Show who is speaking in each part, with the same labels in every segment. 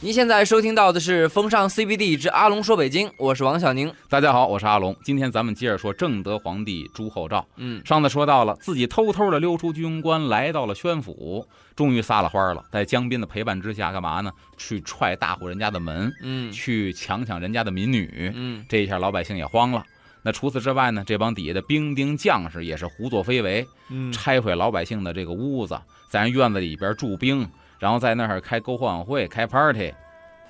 Speaker 1: 您现在收听到的是《风尚 CBD 之阿龙说北京》，我是王小宁。
Speaker 2: 大家好，我是阿龙。今天咱们接着说正德皇帝朱厚照。
Speaker 1: 嗯，
Speaker 2: 上次说到了，自己偷偷的溜出军关，来到了宣府，终于撒了欢儿了。在江彬的陪伴之下，干嘛呢？去踹大户人家的门，
Speaker 1: 嗯
Speaker 2: 去强抢人家的民女。
Speaker 1: 嗯
Speaker 2: 这一下老百姓也慌了。那除此之外呢，这帮底下的兵丁将士也是胡作非为，
Speaker 1: 嗯
Speaker 2: 拆毁老百姓的这个屋子，在人院子里边驻兵，然后在那儿开篝火晚会、开 party，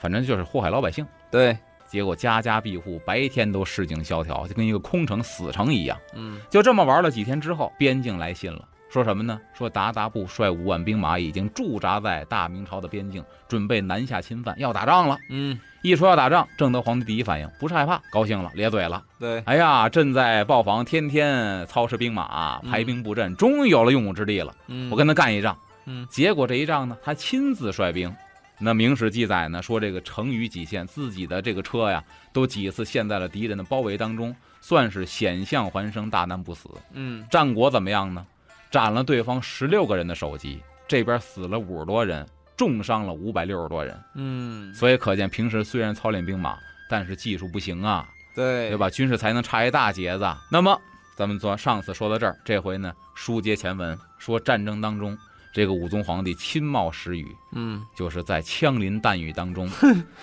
Speaker 2: 反正就是祸害老百姓。
Speaker 1: 对，
Speaker 2: 结果家家庇护，白天都市井萧条，就跟一个空城、死城一样。
Speaker 1: 嗯
Speaker 2: 就这么玩了几天之后，边境来信了，说什么呢？说鞑靼部率五万兵马已经驻扎在大明朝的边境，准备南下侵犯，要打仗了。
Speaker 1: 嗯，
Speaker 2: 一说要打仗，正德皇帝第一反应不是害怕，高兴了，咧嘴了。
Speaker 1: 对，
Speaker 2: 哎呀，朕在豹房天天操持兵马，
Speaker 1: 嗯
Speaker 2: 排兵布阵，终于有了用武之地了。
Speaker 1: 嗯
Speaker 2: 我跟他干一仗。
Speaker 1: 嗯
Speaker 2: 结果这一仗呢，他亲自率兵。那明史记载呢，说这个成于己县，自己的这个车呀，都几次陷在了敌人的包围当中，算是险象环生，大难不死。
Speaker 1: 嗯
Speaker 2: 战果怎么样呢？斩了对方十六个人的首级，这边死了五十多人，重伤了五百六十多人。
Speaker 1: 嗯，
Speaker 2: 所以可见，平时虽然操练兵马，但是技术不行啊。
Speaker 1: 对
Speaker 2: 对？吧？军事才能差一大截子。那么咱们昨上次说到这儿，这回呢书接前文，说战争当中，这个武宗皇帝亲冒时雨，
Speaker 1: 嗯，
Speaker 2: 就是在枪林弹雨 当中，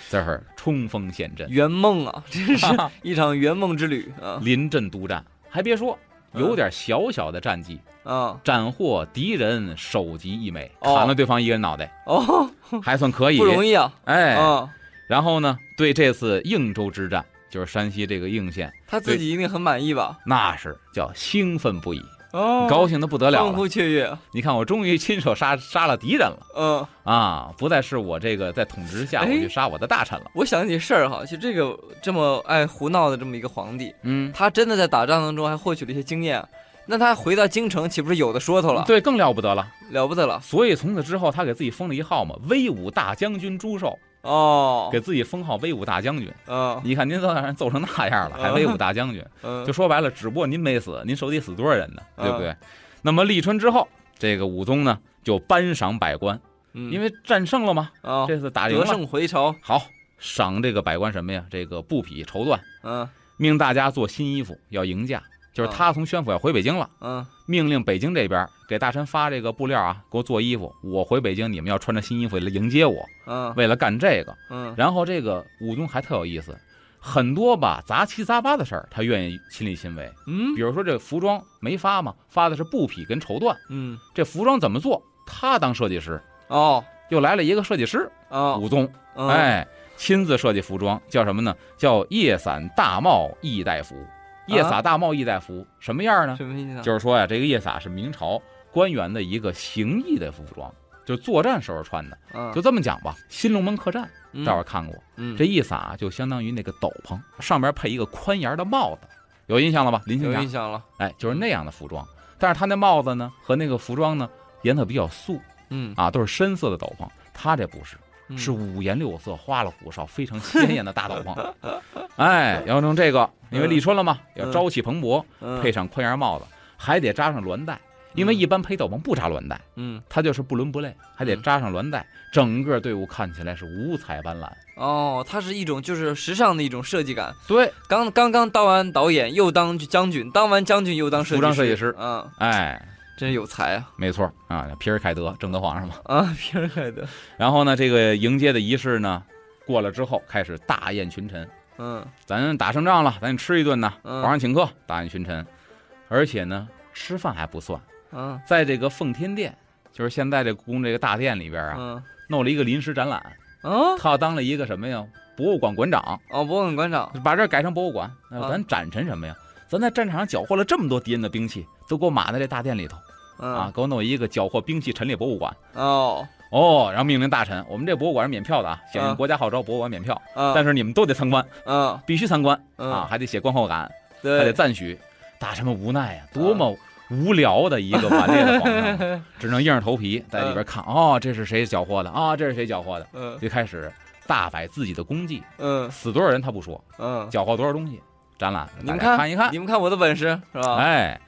Speaker 2: 这儿冲锋陷阵，
Speaker 1: 圆梦 啊，真是一场圆梦之旅啊
Speaker 2: 临阵督战。还别说，
Speaker 1: 嗯
Speaker 2: 有点小小的战绩，
Speaker 1: 啊
Speaker 2: 斩获敌人首级一枚，
Speaker 1: 哦
Speaker 2: 砍了对方一个人脑袋，
Speaker 1: 哦，
Speaker 2: 还算可以
Speaker 1: 不。容易啊
Speaker 2: 哎，
Speaker 1: 啊！
Speaker 2: 然后呢，对这次应州之战，就是山西这个应县，
Speaker 1: 他自己一定很满意吧？
Speaker 2: 那是叫兴奋不已，
Speaker 1: 哦，
Speaker 2: 高兴的不得了
Speaker 1: 欢
Speaker 2: 了。
Speaker 1: 呼雀跃，
Speaker 2: 你看，我终于亲手杀杀了敌人了
Speaker 1: 嗯。
Speaker 2: 啊！不再是我这个在统治下我
Speaker 1: 哎
Speaker 2: 去杀我的大臣了。
Speaker 1: 我想起事儿哈，就这个这么爱胡闹的这么一个皇帝，
Speaker 2: 嗯，
Speaker 1: 他真的在打仗当中还获取了一些经验，那他回到京城岂不是有的说头了？
Speaker 2: 嗯对，更了不得了。
Speaker 1: 了不得了
Speaker 2: 所以从此之后，他给自己封了一号嘛，威武大将军朱寿，
Speaker 1: 哦，
Speaker 2: 给自己封号威武大将军。
Speaker 1: 嗯
Speaker 2: 你看您都让人揍成那样了，还威武大将军？
Speaker 1: 嗯
Speaker 2: 就说白了，只不过您没死，您手底死多少人呢？
Speaker 1: 嗯
Speaker 2: 对不对？那么立春之后，这个武宗呢就颁赏百官，
Speaker 1: 嗯
Speaker 2: 因为战胜了嘛，
Speaker 1: 啊，
Speaker 2: 这次打赢
Speaker 1: 得
Speaker 2: 了，
Speaker 1: 胜回朝，
Speaker 2: 好赏这个百官什么呀？这个布匹、绸缎。
Speaker 1: 嗯
Speaker 2: 命大家做新衣服，要迎嫁，就是
Speaker 1: 啊
Speaker 2: 他从宣府要回北京了，
Speaker 1: 嗯
Speaker 2: 命令北京这边给大臣发这个布料啊，给我做衣服。我回北京，你们要穿着新衣服来迎接我。
Speaker 1: 嗯
Speaker 2: 为了干这个，
Speaker 1: 嗯，
Speaker 2: 然后这个武宗还特有意思，很多吧杂七杂八的事儿，他愿意亲力亲为。
Speaker 1: 嗯
Speaker 2: 比如说这服装没发嘛，发的是布匹跟绸缎，
Speaker 1: 嗯
Speaker 2: 这服装怎么做，他当设计师。
Speaker 1: 哦
Speaker 2: 又来了一个设计师，
Speaker 1: 哦，
Speaker 2: 武宗，
Speaker 1: 嗯，
Speaker 2: 哎，亲自设计服装，叫什么呢？叫夜伞大帽易带服。夜
Speaker 1: 啊
Speaker 2: 洒大帽易带服、什么样呢？
Speaker 1: 什么意思啊？
Speaker 2: 就是说呀、这个夜洒是明朝官员的一个行役的服装，就是作战时候穿的。就
Speaker 1: 就
Speaker 2: 这么讲吧，新龙门客栈大伙儿看过，
Speaker 1: 啊嗯
Speaker 2: 这一洒就相当于那个斗篷，上边配一个宽檐的帽子，有印象了吧？林青
Speaker 1: 有
Speaker 2: 霞
Speaker 1: 印，象了，
Speaker 2: 哎，就是那样的服装。但是他那帽子呢和那个服装呢颜色比较素
Speaker 1: 嗯
Speaker 2: 啊，都是深色的斗篷，他这不是。
Speaker 1: 嗯
Speaker 2: 是五颜六色、花里胡哨、非常鲜艳的大斗篷。 哎，要弄这个，因为立春了嘛，
Speaker 1: 嗯
Speaker 2: 要朝气蓬勃，
Speaker 1: 嗯
Speaker 2: 配上宽檐帽子，还得扎上栾带，因为一般配斗篷不扎栾带，
Speaker 1: 嗯
Speaker 2: 它就是不伦不类，还得
Speaker 1: 嗯
Speaker 2: 扎上栾带，整个队伍看起来是五彩斑斓。
Speaker 1: 哦，它是一种就是时尚的一种设计感。
Speaker 2: 对，
Speaker 1: 刚刚刚当完导演，又当将军，当完将军又当设
Speaker 2: 服
Speaker 1: 计
Speaker 2: 装
Speaker 1: 师，
Speaker 2: 设计师
Speaker 1: 嗯，
Speaker 2: 哎，
Speaker 1: 真是有才啊！
Speaker 2: 没错啊，皮尔凯德，正德皇上嘛。
Speaker 1: 啊，皮尔凯德，
Speaker 2: 然后呢，这个迎接的仪式呢，过了之后开始大宴群臣。
Speaker 1: 嗯
Speaker 2: 咱打胜仗了，咱吃一顿呐！
Speaker 1: 嗯
Speaker 2: 皇上请客，大宴群臣，而且呢，吃饭还不算，
Speaker 1: 嗯
Speaker 2: 在这个奉天殿，就是现在这故宫这个大殿里边啊，
Speaker 1: 嗯
Speaker 2: 弄了一个临时展览，
Speaker 1: 啊，
Speaker 2: 他要当了一个什么呀？博物馆馆长，
Speaker 1: 哦，博物馆馆长，
Speaker 2: 把这儿改成博物馆。那
Speaker 1: 啊
Speaker 2: 咱展陈什么呀？咱在战场上缴获了这么多敌人的兵器，都给我码在这大殿里头啊！
Speaker 1: 嗯
Speaker 2: 给我弄一个缴获兵器陈列博物馆。
Speaker 1: 哦，
Speaker 2: 哦，然后命令大臣，我们这博物馆是免票的啊，响
Speaker 1: 啊
Speaker 2: 应国家号召，博物馆免票，
Speaker 1: 嗯
Speaker 2: 但是你们都得参观，
Speaker 1: 嗯
Speaker 2: 必须参观啊，
Speaker 1: 嗯，
Speaker 2: 还得写观后感，还得
Speaker 1: 对，嗯
Speaker 2: 赞许。大臣们无奈呀、多么无聊的一个顽劣的皇上啊。只能硬着头皮在里边看。哦，这是谁缴获的啊？这是谁缴获的？
Speaker 1: 嗯
Speaker 2: 就开始大摆自己的功绩，
Speaker 1: 嗯
Speaker 2: 死多少人他不说，
Speaker 1: 嗯，
Speaker 2: 缴获多少东西，展览
Speaker 1: 你
Speaker 2: 大
Speaker 1: 们
Speaker 2: 家
Speaker 1: 看
Speaker 2: 看一看
Speaker 1: 你。们看我的本事是吧？
Speaker 2: 哎，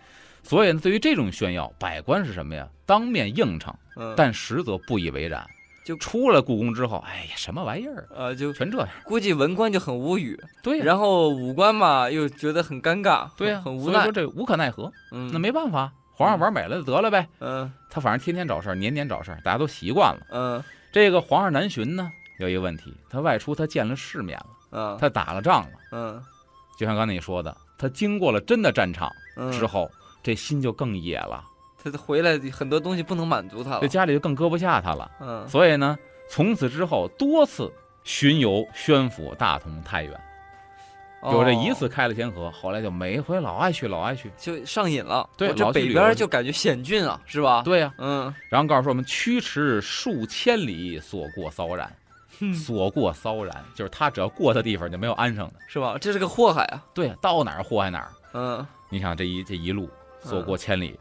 Speaker 2: 所以呢，对于这种炫耀，百官是什么呀？当面应承，
Speaker 1: 嗯，
Speaker 2: 但实则不以为然。
Speaker 1: 就
Speaker 2: 出了故宫之后，哎呀，什么玩意儿，
Speaker 1: 呃，就
Speaker 2: 全这样。
Speaker 1: 估计文官就很无语，
Speaker 2: 对呀、
Speaker 1: 然后武官嘛又觉得很尴尬，
Speaker 2: 对呀、
Speaker 1: 很无
Speaker 2: 所以
Speaker 1: 奈
Speaker 2: 说。这无可奈何。
Speaker 1: 嗯，
Speaker 2: 那没办法，皇上玩美了就得了呗。
Speaker 1: 嗯
Speaker 2: 他反正天天找事儿，年年找事儿，大家都习惯了。
Speaker 1: 嗯
Speaker 2: 这个皇上南巡呢，有一个问题，他外出他见了世面了，
Speaker 1: 嗯
Speaker 2: 他打了仗了，
Speaker 1: 嗯
Speaker 2: 就像刚才你说的，他经过了真的战场
Speaker 1: 嗯，
Speaker 2: 之后，这心就更野了，
Speaker 1: 他回来很多东西不能满足他
Speaker 2: 这
Speaker 1: 了。
Speaker 2: 家里就更搁不下他了。
Speaker 1: 嗯
Speaker 2: 所以呢，从此之后多次巡游宣府、大同、太原，有这一，次
Speaker 1: 哦
Speaker 2: 开了先河，后来就每回老爱去，老爱去。
Speaker 1: 就上瘾了。
Speaker 2: 对
Speaker 1: 我这
Speaker 2: 老去
Speaker 1: 北
Speaker 2: 旅
Speaker 1: 边
Speaker 2: 游
Speaker 1: 就感觉险峻啊，是吧？，
Speaker 2: 对呀、
Speaker 1: 嗯
Speaker 2: 然后告诉说我们驱驰数千里，所过骚然。
Speaker 1: 哼
Speaker 2: 所过骚然，就是他只要过的地方就没有安生的。
Speaker 1: 是吧？这是个祸害啊。
Speaker 2: 对、到哪儿祸害哪儿。
Speaker 1: 嗯
Speaker 2: 你想这一这一路所过千里，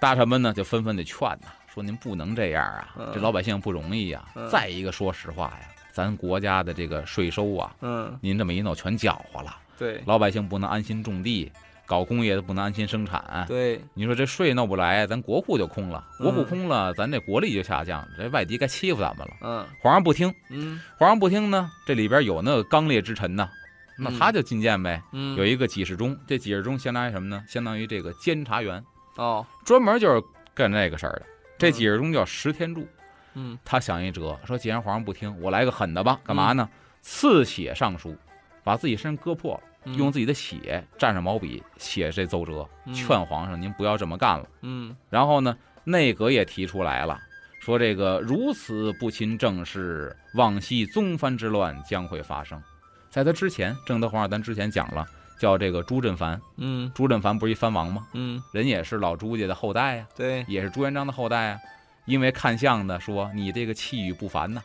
Speaker 2: 大臣们呢就纷纷的劝呐、说您不能这样啊，
Speaker 1: 嗯
Speaker 2: 这老百姓不容易呀、
Speaker 1: 嗯
Speaker 2: 再一个，说实话呀，咱国家的这个税收啊，
Speaker 1: 嗯，
Speaker 2: 您这么一弄全搅和了。
Speaker 1: 对
Speaker 2: 老百姓不能安心种地，搞工业的不能安心生产。
Speaker 1: 对，
Speaker 2: 你说这税弄不来，咱国库就空了，国库
Speaker 1: 嗯
Speaker 2: 空了，咱这国力就下降，这外敌该欺负咱们了。
Speaker 1: 嗯
Speaker 2: 皇上不听，
Speaker 1: 嗯
Speaker 2: 皇上不听呢，这里边有那个刚烈之臣呐，那
Speaker 1: 嗯
Speaker 2: 他就进谏呗。
Speaker 1: 嗯，
Speaker 2: 有一个几世中，这几世中相当于什么呢？相当于这个监察员，
Speaker 1: 哦，
Speaker 2: 专门就是干这个事儿的。这几世中叫石天柱，
Speaker 1: 嗯
Speaker 2: 他想一辙，说既然皇上不听，我来个狠的吧，干嘛呢？刺血上书，把自己身上割破了。
Speaker 1: 嗯
Speaker 2: 用自己的血蘸上毛笔写这奏折，
Speaker 1: 嗯
Speaker 2: 劝皇上您不要这么干了。
Speaker 1: 嗯
Speaker 2: 然后呢，内阁也提出来了，说这个如此不亲政事，往昔宗藩之乱将会发生。在他之前，正德皇上咱之前讲了，叫这个朱振藩，
Speaker 1: 嗯
Speaker 2: 朱振藩不是一藩王吗？
Speaker 1: 嗯，
Speaker 2: 人也是老朱家的后代呀、啊
Speaker 1: 对，
Speaker 2: 也是朱元璋的后代呀、因为看相的说你这个气宇不凡呐、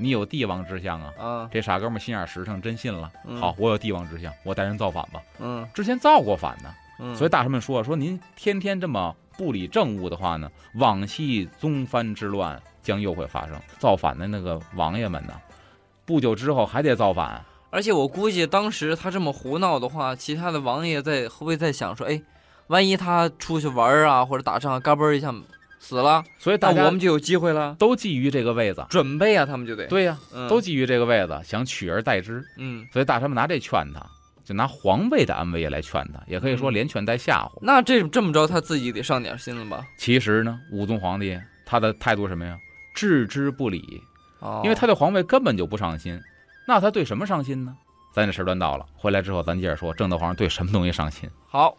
Speaker 2: 你有帝王之相啊。
Speaker 1: 啊
Speaker 2: 这傻哥们儿心眼儿实诚，真信了。
Speaker 1: 嗯
Speaker 2: 好，我有帝王之相，我带人造反吧。
Speaker 1: 嗯
Speaker 2: 之前造过反呢，
Speaker 1: 嗯，
Speaker 2: 所以大臣们说说您天天这么不理政务的话呢，往昔宗藩之乱将又会发生，造反的那个王爷们呢，不久之后还得造反，
Speaker 1: 而且我估计当时他这么胡闹的话，其他的王爷在会不会在想说，哎，万一他出去玩儿啊或者打仗啊，嘎嘣儿一下死了，
Speaker 2: 所以
Speaker 1: 那
Speaker 2: 大
Speaker 1: 我
Speaker 2: 家
Speaker 1: 们就有机会了。
Speaker 2: 都觊觎这个位子，
Speaker 1: 准备啊，他们就得，
Speaker 2: 对呀、
Speaker 1: 嗯
Speaker 2: 都觊觎这个位子，想取而代之，
Speaker 1: 嗯，
Speaker 2: 所以大臣们拿这劝他，就拿皇位的安危来劝他，也可以说
Speaker 1: 嗯
Speaker 2: 连劝带吓唬。
Speaker 1: 那这这么着他自己得上点心了吧？
Speaker 2: 其实呢，武宗皇帝他的态度是什么呀？置之不理，
Speaker 1: 哦，
Speaker 2: 因为他对皇位根本就不上心，那他对什么上心呢？咱这事儿端到了，回来之后咱接着说，正德皇上对什么东西上心？
Speaker 1: 好。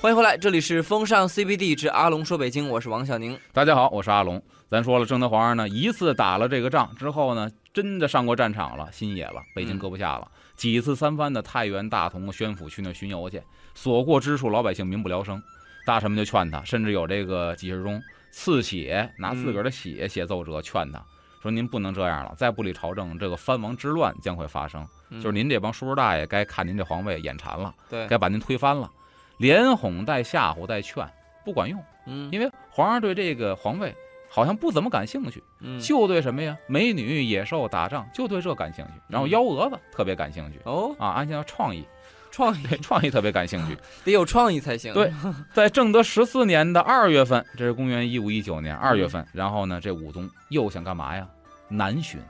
Speaker 1: 欢迎回来，这里是风尚 CBD 之阿龙说北京，我是王小宁。
Speaker 2: 大家好，我是阿龙。咱说了，正德皇上呢一次打了这个仗之后呢，真的上过战场了，心野了，北京
Speaker 1: 嗯
Speaker 2: 搁不下了，几次三番的太原、大同、宣府去那巡游去，所过之处，老百姓民不聊生。大臣们就劝他，甚至有这个几世中赐血，拿自个儿的血写奏折劝他。说您不能这样了，再不理朝政，这个藩王之乱将会发生。
Speaker 1: 嗯
Speaker 2: 就是您这帮叔叔大爷该看您这皇位眼馋了，
Speaker 1: 对，
Speaker 2: 该把您推翻了，连哄带吓唬带劝不管用，
Speaker 1: 嗯
Speaker 2: 因为皇上对这个皇位好像不怎么感兴趣，
Speaker 1: 嗯，
Speaker 2: 就对什么呀美女、野兽、打仗，就对这感兴趣，然后
Speaker 1: 嗯
Speaker 2: 幺蛾子特别感兴趣
Speaker 1: 哦，
Speaker 2: 啊，按照创意，
Speaker 1: 创意
Speaker 2: 对 创意特别感兴趣。
Speaker 1: 得有创意才行。
Speaker 2: 对，在正德十四年的二月份，这是公元一五一九年二月
Speaker 1: 嗯
Speaker 2: 份，然后呢，这武宗又想干嘛呀？南巡，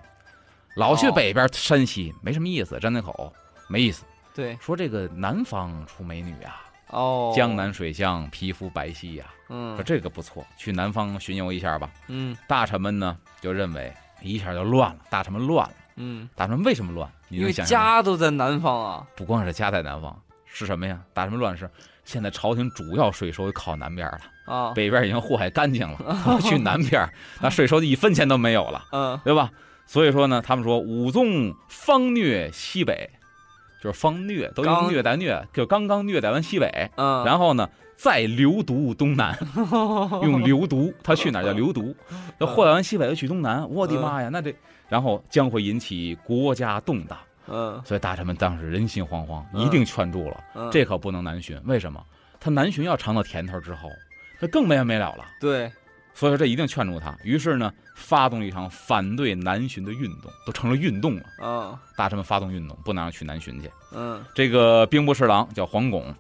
Speaker 2: 老去
Speaker 1: 哦
Speaker 2: 北边山西没什么意思，张家口没意思。
Speaker 1: 对，
Speaker 2: 说这个南方出美女啊，
Speaker 1: 哦，
Speaker 2: 江，南水乡，皮肤白皙呀、说
Speaker 1: 嗯
Speaker 2: 这个不错，去南方巡游一下吧。
Speaker 1: 嗯
Speaker 2: 大臣们呢就认为一下就乱了，大臣们乱了，
Speaker 1: 嗯，
Speaker 2: 大臣们为什么乱？你
Speaker 1: 因
Speaker 2: 能
Speaker 1: 为
Speaker 2: 想象吗
Speaker 1: 家都在南方啊。
Speaker 2: 不光是家在南方，是什么呀？大臣们乱是现在朝廷主要税收靠 南边了，
Speaker 1: 啊，
Speaker 2: 北边已经祸害干净 了，去南边那税收一分钱都没有了，
Speaker 1: 嗯
Speaker 2: 对吧？所以说呢，他们说武宗方虐西北，就是方虐都已经
Speaker 1: 刚
Speaker 2: 虐待虐，就刚刚虐待完西北，
Speaker 1: 嗯，
Speaker 2: 然后呢，再流毒 东南，用流毒，他去哪儿叫流毒？
Speaker 1: 嗯
Speaker 2: 那祸完西北又去东南，我的妈呀，那这，然后将会引起国家动荡，
Speaker 1: 嗯
Speaker 2: 所以大臣们当时人心惶惶，
Speaker 1: 嗯
Speaker 2: 一定劝住了，
Speaker 1: 嗯，
Speaker 2: 这可不能南巡。为什么？他南巡要尝到甜头之后，那更没完没了了，
Speaker 1: 对，
Speaker 2: 所以说这一定劝住他。于是呢，发动了一场反对南巡的运动，都成了运动了。
Speaker 1: 嗯
Speaker 2: 大臣们发动运动，不能让去南巡去。
Speaker 1: 嗯
Speaker 2: 这个兵部侍郎叫黄拱，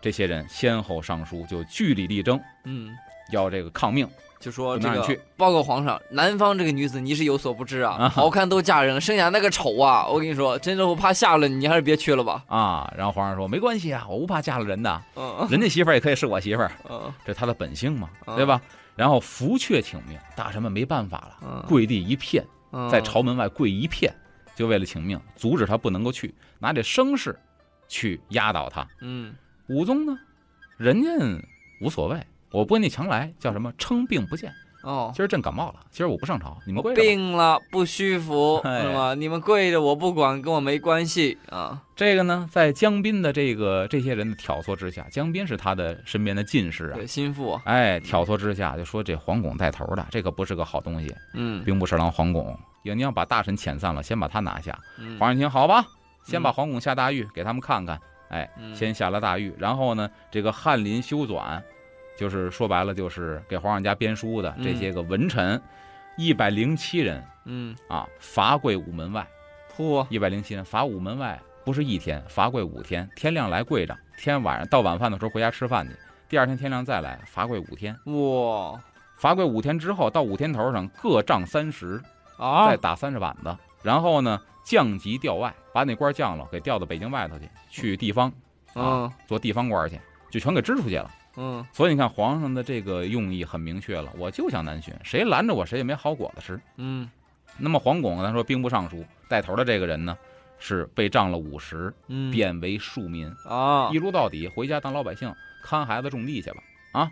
Speaker 2: 这些人先后上书，就据理力争，
Speaker 1: 嗯，
Speaker 2: 要这个抗命。
Speaker 1: 就说
Speaker 2: 不
Speaker 1: 这
Speaker 2: 能让
Speaker 1: 个
Speaker 2: 你去
Speaker 1: 报告皇上，南方这个女子你是有所不知啊，
Speaker 2: 啊
Speaker 1: 好看都嫁人了，剩下那个丑啊，我跟你说，真的我怕吓了你，你还是别去了吧。
Speaker 2: 啊。然后皇上说没关系啊，我不怕嫁了人 的，
Speaker 1: 嗯
Speaker 2: 人家媳妇儿也可以是我媳妇儿，
Speaker 1: 嗯
Speaker 2: 这他的本性嘛，
Speaker 1: 嗯
Speaker 2: 对吧？然后福阙请命，大臣们没办法了，
Speaker 1: 嗯
Speaker 2: 跪地一片，
Speaker 1: 嗯，
Speaker 2: 在朝门外跪一片，就为了请命，阻止他不能够去，拿这声势去压倒他。
Speaker 1: 嗯
Speaker 2: 武宗呢，人家无所谓，我不跟你强来，叫什么称病不见。
Speaker 1: 哦，
Speaker 2: 今儿朕感冒了，今儿我不上朝，你们跪着吧。
Speaker 1: 病了不舒服
Speaker 2: 哎
Speaker 1: 是吗？你们跪着我不管，跟我没关系啊。
Speaker 2: 这个呢，在江彬的这个这些人的挑唆之下，江彬是他的身边的进士啊
Speaker 1: 对，，心腹啊，
Speaker 2: 哎，挑唆之下就说这黄巩带头的，这可不是个好东西。
Speaker 1: 嗯
Speaker 2: 兵部侍郎黄巩，也你要把大臣遣散了，先把他拿下。
Speaker 1: 嗯
Speaker 2: 皇上一听好吧，先把黄巩下大狱，给他们看看。哎，
Speaker 1: 嗯
Speaker 2: 先下了大狱，然后呢，这个翰林修纂，就是说白了就是给皇上家编书的这些个文臣，一百零七人
Speaker 1: 嗯，
Speaker 2: 啊，罚跪午门外。
Speaker 1: 嚯，
Speaker 2: 一百零七人罚午门外，不是一天，罚跪五天，天亮来跪着，天晚上到晚饭的时候回家吃饭去，第二天天亮再来罚跪五天，
Speaker 1: 哇
Speaker 2: 罚跪五天之后到五天头上各杖三十，
Speaker 1: 啊
Speaker 2: 再，打三十板子，然后呢降级调外，把那官降了，给调到北京外头去，去地方
Speaker 1: 嗯
Speaker 2: 做地方官去，就全给支出去了。
Speaker 1: 嗯
Speaker 2: 所以你看皇上的这个用意很明确了，我就想南巡，谁拦着我谁也没好果子吃。
Speaker 1: 嗯
Speaker 2: 那么黄巩咱说兵部尚书带头的这个人呢，是被杖了五十。
Speaker 1: 嗯，
Speaker 2: 贬为庶民，
Speaker 1: 啊
Speaker 2: 一，撸到底，回家当老百姓，看孩子种地去吧。啊，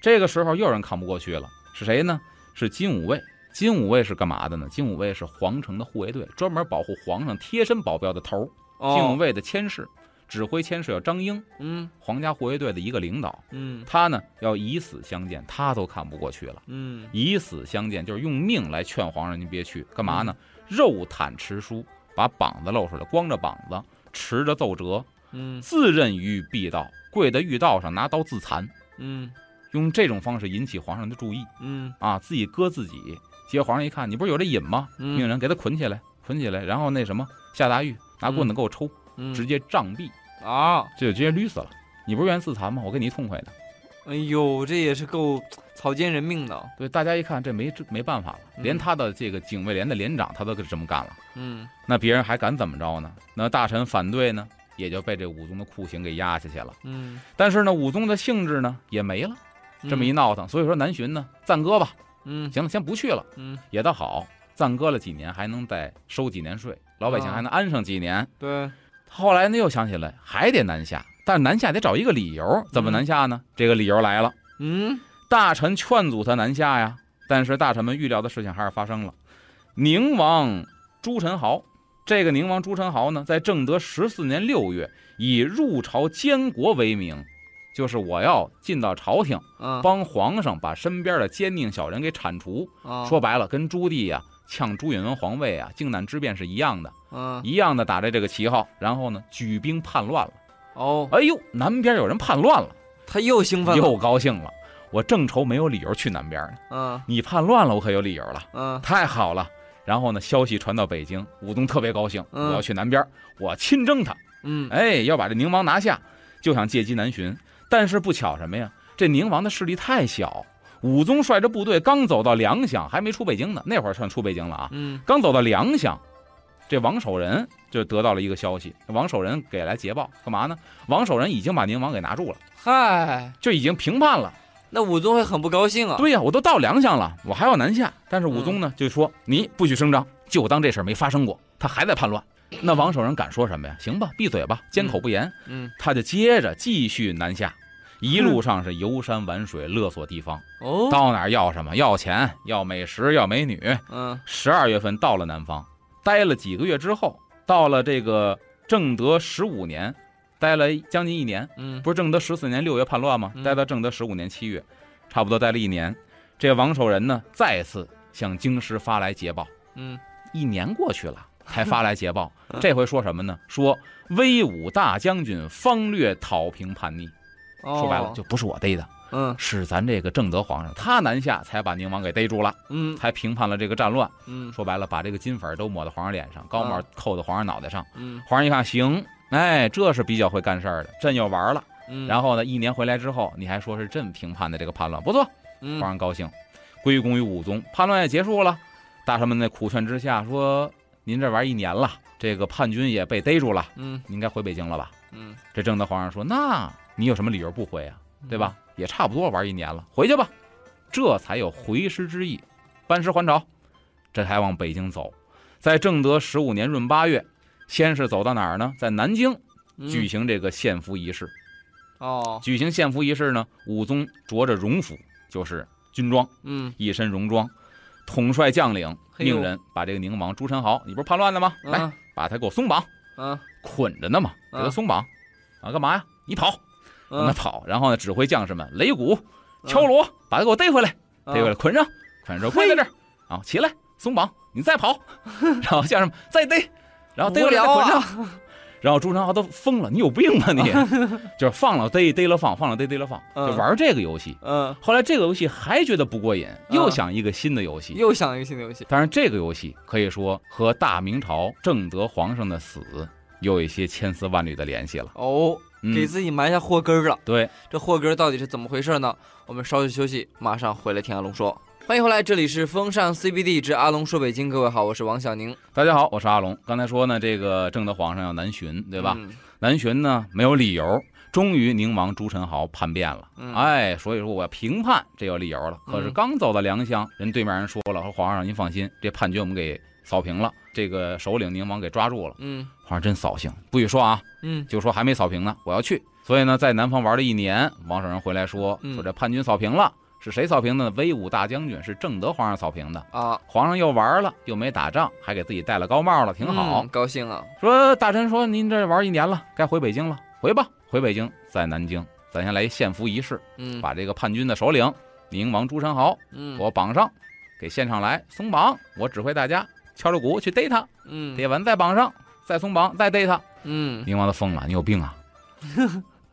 Speaker 2: 这个时候又有人看不过去了，是谁呢？是金吾卫。金吾卫是干嘛的呢？金吾卫是皇城的护卫队，专门保护皇上贴身保镖的头儿。金
Speaker 1: 哦
Speaker 2: 吾，卫的千事，指挥千事叫张英，
Speaker 1: 嗯
Speaker 2: 皇家护卫队的一个领导。
Speaker 1: 嗯
Speaker 2: 他呢要以死相见，他都看不过去了。
Speaker 1: 嗯，
Speaker 2: 以死相见就是用命来劝皇上您别去，干嘛呢？
Speaker 1: 嗯
Speaker 2: 肉袒持书，把膀子露出来，光着膀子，持着奏折，
Speaker 1: 嗯
Speaker 2: 自任于必道，跪在御道上拿刀自残，
Speaker 1: 嗯
Speaker 2: 用这种方式引起皇上的注意
Speaker 1: 嗯
Speaker 2: 啊，自己割自己。结果皇上一看，你不是有这瘾吗？命
Speaker 1: 嗯
Speaker 2: 人给他捆起来，捆起来，然后那什么下大狱，拿棍子给我抽，
Speaker 1: 嗯，
Speaker 2: 直接杖毙，
Speaker 1: 啊，
Speaker 2: 这就直接捋死了。你不是原自残吗？我给你一痛快的。
Speaker 1: 哎呦，这也是够草菅人命的，
Speaker 2: 对，大家一看这没这没办法了，
Speaker 1: 嗯
Speaker 2: 连他的这个警卫连的连长他都这么干了，
Speaker 1: 嗯
Speaker 2: 那别人还敢怎么着呢？那大臣反对呢，也就被这武宗的酷刑给压下去了。
Speaker 1: 嗯，
Speaker 2: 但是呢，武宗的兴致呢也没了。这么一闹腾，所以说南巡呢暂搁吧，
Speaker 1: 嗯，嗯
Speaker 2: 行了，先不去了，
Speaker 1: 嗯，
Speaker 2: 也倒好，暂搁了几年还能再收几年税，老百姓
Speaker 1: 啊
Speaker 2: 还能安上几年。
Speaker 1: 对，
Speaker 2: 后来呢又想起来还得南下，但南下得找一个理由，怎
Speaker 1: 嗯
Speaker 2: 么南下呢？这个理由来了，
Speaker 1: 嗯
Speaker 2: 大臣劝阻他南下呀，但是大臣们预料的事情还是发生了，宁王朱宸濠。这个宁王朱宸濠呢，在正德十四年六月，以入朝监国为名，就是我要进到朝廷，
Speaker 1: 嗯，
Speaker 2: 帮皇上把身边的奸佞小人给铲除。
Speaker 1: 啊
Speaker 2: 说白了，跟朱棣呀、呛朱允炆皇位啊、靖难之变是一样的，
Speaker 1: 嗯
Speaker 2: 一样的打着这个旗号，然后呢举兵叛乱了。
Speaker 1: 哦，
Speaker 2: 哎呦，南边有人叛乱了，
Speaker 1: 他又兴奋了，
Speaker 2: 又高兴了。我正愁没有理由去南边呢，
Speaker 1: 嗯
Speaker 2: 你叛乱了，我可有理由了。
Speaker 1: 嗯
Speaker 2: 太好了。然后呢，消息传到北京，武宗特别高兴，
Speaker 1: 嗯
Speaker 2: 我要去南边，我亲征他，
Speaker 1: 嗯
Speaker 2: 哎，要把这宁王拿下，就想借机南巡。但是不巧什么呀？这宁王的势力太小，武宗率着部队刚走到粮饷，还没出北京呢。那会儿算出北京了啊，
Speaker 1: 嗯
Speaker 2: 刚走到粮饷，这王守仁就得到了一个消息，王守仁给来捷报，干嘛呢？王守仁已经把宁王给拿住了，
Speaker 1: 嗨，
Speaker 2: 就已经平叛了。
Speaker 1: 那武宗会很不高兴啊，嗯
Speaker 2: 对呀、我都到粮饷了，我还要南下。但是武宗呢，就说你不许声张，就当这事儿没发生过。他还在叛乱。那王守仁敢说什么呀？行吧，闭嘴吧，缄口不言。
Speaker 1: 嗯
Speaker 2: 他就接着继续南下，一路上是游山玩水，勒索地方，
Speaker 1: 哦，
Speaker 2: 到哪儿要什么，要钱，要美食，要美女。
Speaker 1: 嗯
Speaker 2: 十二月份到了南方，待了几个月之后，到了这个正德十五年，待了将近一年，
Speaker 1: 嗯
Speaker 2: 不是正德十四年六月叛乱吗
Speaker 1: 嗯？
Speaker 2: 待到正德十五年七月，差不多待了一年。这王守仁呢，再次向京师发来捷报，
Speaker 1: 嗯
Speaker 2: 一年过去了，才发来捷报。 这回说什么呢？说威武大将军方略讨平叛逆，
Speaker 1: 哦，
Speaker 2: 说白了就不是我逮的，
Speaker 1: 嗯
Speaker 2: 是咱这个正德皇上他南下才把宁王给逮住了，
Speaker 1: 嗯
Speaker 2: 才平叛了这个战乱。
Speaker 1: 嗯
Speaker 2: 说白了，把这个金粉儿都抹到皇上脸上，高帽
Speaker 1: 啊
Speaker 2: 扣到皇上脑袋上。
Speaker 1: 嗯
Speaker 2: 皇上一看，行，哎，这是比较会干事儿的，朕又玩了。
Speaker 1: 嗯，
Speaker 2: 然
Speaker 1: 后
Speaker 2: 后呢，一年回来之后，你还说是朕评判的这个叛乱不错，
Speaker 1: 嗯
Speaker 2: 皇上高兴。归功于武宗。叛乱也结束了，大臣们在苦劝之下说：“您这玩意儿一年了，这个叛军也被逮住了，
Speaker 1: 嗯
Speaker 2: 你应该回北京了吧
Speaker 1: 嗯，？”
Speaker 2: 这正德皇上说：“那你有什么理由不回啊？对吧？也差不多玩一年了，回去吧。”这才有回师之意，班师还朝，这才往北京走。在正德十五年闰八月，先是走到哪儿呢？在南京
Speaker 1: 嗯？
Speaker 2: 举行这个献俘仪式。
Speaker 1: 哦，
Speaker 2: 举行献俘仪式呢，武宗着着戎服，就是军装，
Speaker 1: 嗯
Speaker 2: 一身戎装，统帅将领
Speaker 1: 嘿呦
Speaker 2: 命人把这个宁王朱宸濠，你不是叛乱的吗？来，
Speaker 1: 嗯
Speaker 2: 把他给我松绑，
Speaker 1: 嗯
Speaker 2: 捆着呢嘛，给他
Speaker 1: 嗯
Speaker 2: 松绑，啊，干嘛呀？你跑，让他
Speaker 1: 嗯，
Speaker 2: 跑，然后呢，指挥将士们擂鼓、敲锣，把他给我逮回来，
Speaker 1: 嗯
Speaker 2: 逮回来，捆上，捆上之后跪在这儿，啊，起来，松绑，你 再跑，然后将士们再逮，然后逮
Speaker 1: 无
Speaker 2: 回来再
Speaker 1: 聊
Speaker 2: 捆上
Speaker 1: 啊，，
Speaker 2: 然后朱宸濠都疯了，你有病吧 你？就是放了逮，逮了放，放了逮，逮了放，
Speaker 1: 嗯
Speaker 2: 就玩这个游戏。
Speaker 1: 嗯，
Speaker 2: 后来这个游戏还觉得不过瘾，
Speaker 1: 嗯
Speaker 2: 又想一个新的游戏。
Speaker 1: 又想一个新的游戏，
Speaker 2: 当然，这个游戏可以说和大明朝正德皇上的死有一些千丝万缕的联系了。
Speaker 1: 哦，
Speaker 2: 嗯
Speaker 1: 给自己埋下祸根儿了。
Speaker 2: 对，
Speaker 1: 这祸根儿到底是怎么回事呢？我们稍事休息，马上回来听阿龙说。欢迎回来，这里是风尚 CBD 之阿龙说北京，各位好，我是王小宁，
Speaker 2: 大家好，我是阿龙。刚才说呢，这个正德皇上要南巡，对吧？
Speaker 1: 嗯
Speaker 2: 南巡呢没有理由，终于宁王朱宸濠叛变了。
Speaker 1: 嗯
Speaker 2: 哎，所以说我要平叛，这有理由了。可是
Speaker 1: 嗯
Speaker 2: 刚走到良乡，人对面人说了，说皇上您放心，这叛军我们给扫平了，这个首领宁王给抓住了。
Speaker 1: 嗯
Speaker 2: 皇上真扫兴，不许说啊，
Speaker 1: 嗯
Speaker 2: 就说还没扫平呢，我要去。所以呢，在南方玩了一年，王守仁回来说，
Speaker 1: 嗯
Speaker 2: 说这叛军扫平了，是谁扫平的呢？威武大将军是正德皇上扫平的。
Speaker 1: 啊，
Speaker 2: 皇上又玩了，又没打仗，还给自己戴了高帽了，挺好。
Speaker 1: 嗯高兴啊，
Speaker 2: 说大臣说您这玩一年了，该回北京了，回吧，回北京，在南京，咱先来一献俘仪式，
Speaker 1: 嗯
Speaker 2: 把这个叛军的首领宁王朱宸濠给
Speaker 1: 嗯
Speaker 2: 我绑上，给献上来，松绑，我指挥大家敲着鼓去逮他，
Speaker 1: 嗯
Speaker 2: 逮完再绑上，再松绑，再逮他。
Speaker 1: 嗯
Speaker 2: 宁王都疯了，你有 病啊！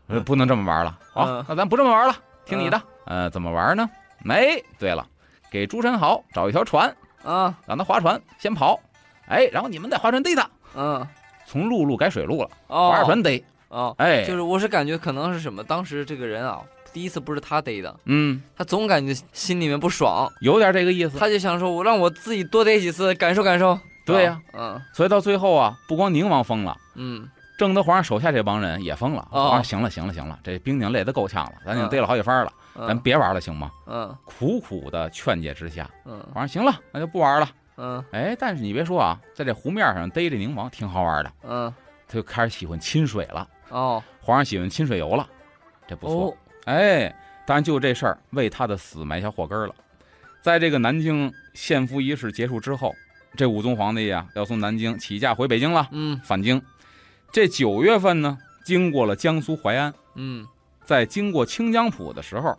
Speaker 2: 呃不能这么玩了啊
Speaker 1: 嗯！
Speaker 2: 那咱不这么玩了，听你的。呃，怎么玩呢？哎，对了，给朱宸濠找一条船，
Speaker 1: 啊
Speaker 2: 让他划船先跑，哎，然后你们再划船逮他，
Speaker 1: 嗯
Speaker 2: 从陆路改水路了，
Speaker 1: 哦，
Speaker 2: 划着船逮，
Speaker 1: 哦，
Speaker 2: 哎，
Speaker 1: 就是我是感觉可能是什么，当时这个人啊，第一次不是他逮的，
Speaker 2: 嗯，
Speaker 1: 他总感觉心里面不爽，
Speaker 2: 有点这个意思。
Speaker 1: 他就想说，我让我自己多逮几次，感受感受。
Speaker 2: 对呀
Speaker 1: 啊
Speaker 2: 所以到最后啊，不光宁王疯了。
Speaker 1: 嗯嗯
Speaker 2: 正德皇上手下这帮人也疯了，
Speaker 1: 哦
Speaker 2: 皇上行了行了行了，这兵丁累得够呛了，咱已经
Speaker 1: 嗯
Speaker 2: 逮了好几番了，
Speaker 1: 嗯，
Speaker 2: 咱别玩了行吗？
Speaker 1: 嗯
Speaker 2: 苦苦的劝解之下，
Speaker 1: 嗯
Speaker 2: 皇上行了，那就不玩了。
Speaker 1: 嗯
Speaker 2: 哎，但是你别说啊，在这湖面上逮着宁王挺好玩的，
Speaker 1: 嗯
Speaker 2: 他就开始喜欢亲水了。
Speaker 1: 哦
Speaker 2: 皇上喜欢亲水游了，这不错。
Speaker 1: 哦
Speaker 2: 哎，当然就这事儿为他的死埋下祸根儿了。在这个南京献俘仪式结束之后，这武宗皇帝啊要从南京起驾回北京了，
Speaker 1: 嗯
Speaker 2: 返京。这九月份呢，经过了江苏淮安，
Speaker 1: 嗯
Speaker 2: 在经过清江浦的时候，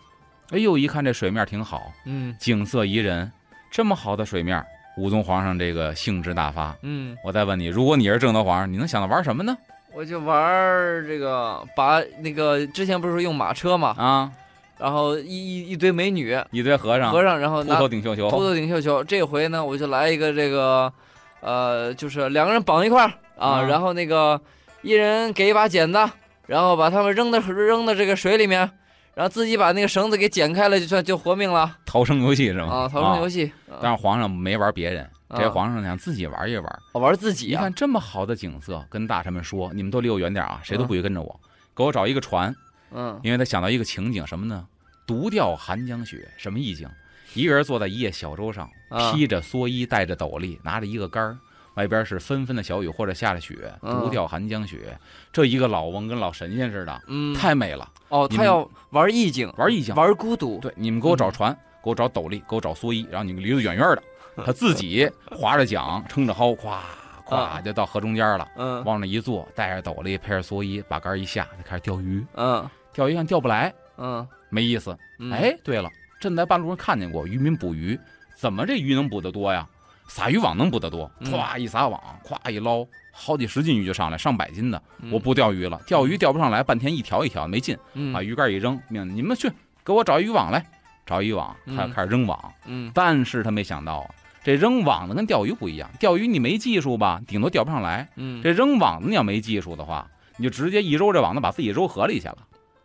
Speaker 2: 哎呦，一看这水面挺好，
Speaker 1: 嗯
Speaker 2: 景色宜人，这么好的水面，武宗皇上这个兴致大发，
Speaker 1: 嗯，
Speaker 2: 我再问你，如果你是正德皇上，你能想到玩什么呢？
Speaker 1: 我就玩儿这个，把那个之前不是说用马车嘛，
Speaker 2: 啊，
Speaker 1: 然后一一一堆美女
Speaker 2: 一堆和尚，
Speaker 1: 和尚，然后
Speaker 2: 秃
Speaker 1: 拿
Speaker 2: 头顶绣
Speaker 1: 秃
Speaker 2: 球，
Speaker 1: 头顶绣球。这回呢，我就来一个这个，呃，就是两个人绑一块儿啊，
Speaker 2: 嗯
Speaker 1: 然后那个一人给一把剪子，然后把他们扔到扔到这个水里面，然后自己把那个绳子给剪开了，就算就活命了
Speaker 2: 逃生游戏是吗？
Speaker 1: 啊！逃生游
Speaker 2: 戏。
Speaker 1: 戏，啊
Speaker 2: 但是皇上没玩别人，
Speaker 1: 啊
Speaker 2: 这皇上想自己玩一玩。
Speaker 1: 我玩自己
Speaker 2: 一
Speaker 1: 啊，
Speaker 2: 看这么好的景色，跟大臣们说，你们都离我远点啊，谁都
Speaker 1: 嗯
Speaker 2: 不许跟着我，给我找一个船。
Speaker 1: 嗯
Speaker 2: 因为他想到一个情景，什么呢？独钓寒江雪，什么意境？一个人坐在一叶小舟上，
Speaker 1: 啊
Speaker 2: 披着蓑衣，戴着斗笠，拿着一个杆儿，外边是纷纷的小雨或者下着雪，
Speaker 1: 嗯
Speaker 2: 独钓寒江雪。这一个老翁跟老神仙似的，
Speaker 1: 嗯，
Speaker 2: 太美了。
Speaker 1: 哦，
Speaker 2: 你
Speaker 1: 他
Speaker 2: 们
Speaker 1: 要玩意境，
Speaker 2: 玩意境
Speaker 1: 玩嗯孤独，
Speaker 2: 对，你们给我找船，给我找斗笠，给我找蓑衣，然后你们离得远远 的。他自己划着桨，撑着篙，咵咵
Speaker 1: 啊
Speaker 2: 就到河中间了，
Speaker 1: 嗯
Speaker 2: 往那一坐，戴着斗笠，配着蓑衣，把杆儿一下，就开始钓鱼。
Speaker 1: 嗯
Speaker 2: 钓鱼看钓不来，
Speaker 1: 嗯，
Speaker 2: 没意思。
Speaker 1: 嗯，
Speaker 2: 哎，对了，朕在半路上看见过渔民捕鱼，怎么这鱼能捕得多呀？撒渔网能捕得多，
Speaker 1: 嗯
Speaker 2: 歘一撒网，咵一捞，好几十斤鱼就上来，上百斤的。
Speaker 1: 嗯
Speaker 2: 我不钓鱼了，钓鱼钓不上来，半天一条一条没劲。
Speaker 1: 嗯
Speaker 2: 把鱼竿一扔，命你们去给我找一渔网来，找一渔网，他
Speaker 1: 嗯
Speaker 2: 开始扔网。
Speaker 1: 嗯
Speaker 2: 但是他没想到啊，这扔网的跟钓鱼不一样，钓鱼你没技术吧，顶多钓不上来；
Speaker 1: 嗯，
Speaker 2: 这扔网的你要没技术的话，你就直接一揉这网子把自己揉河里去了，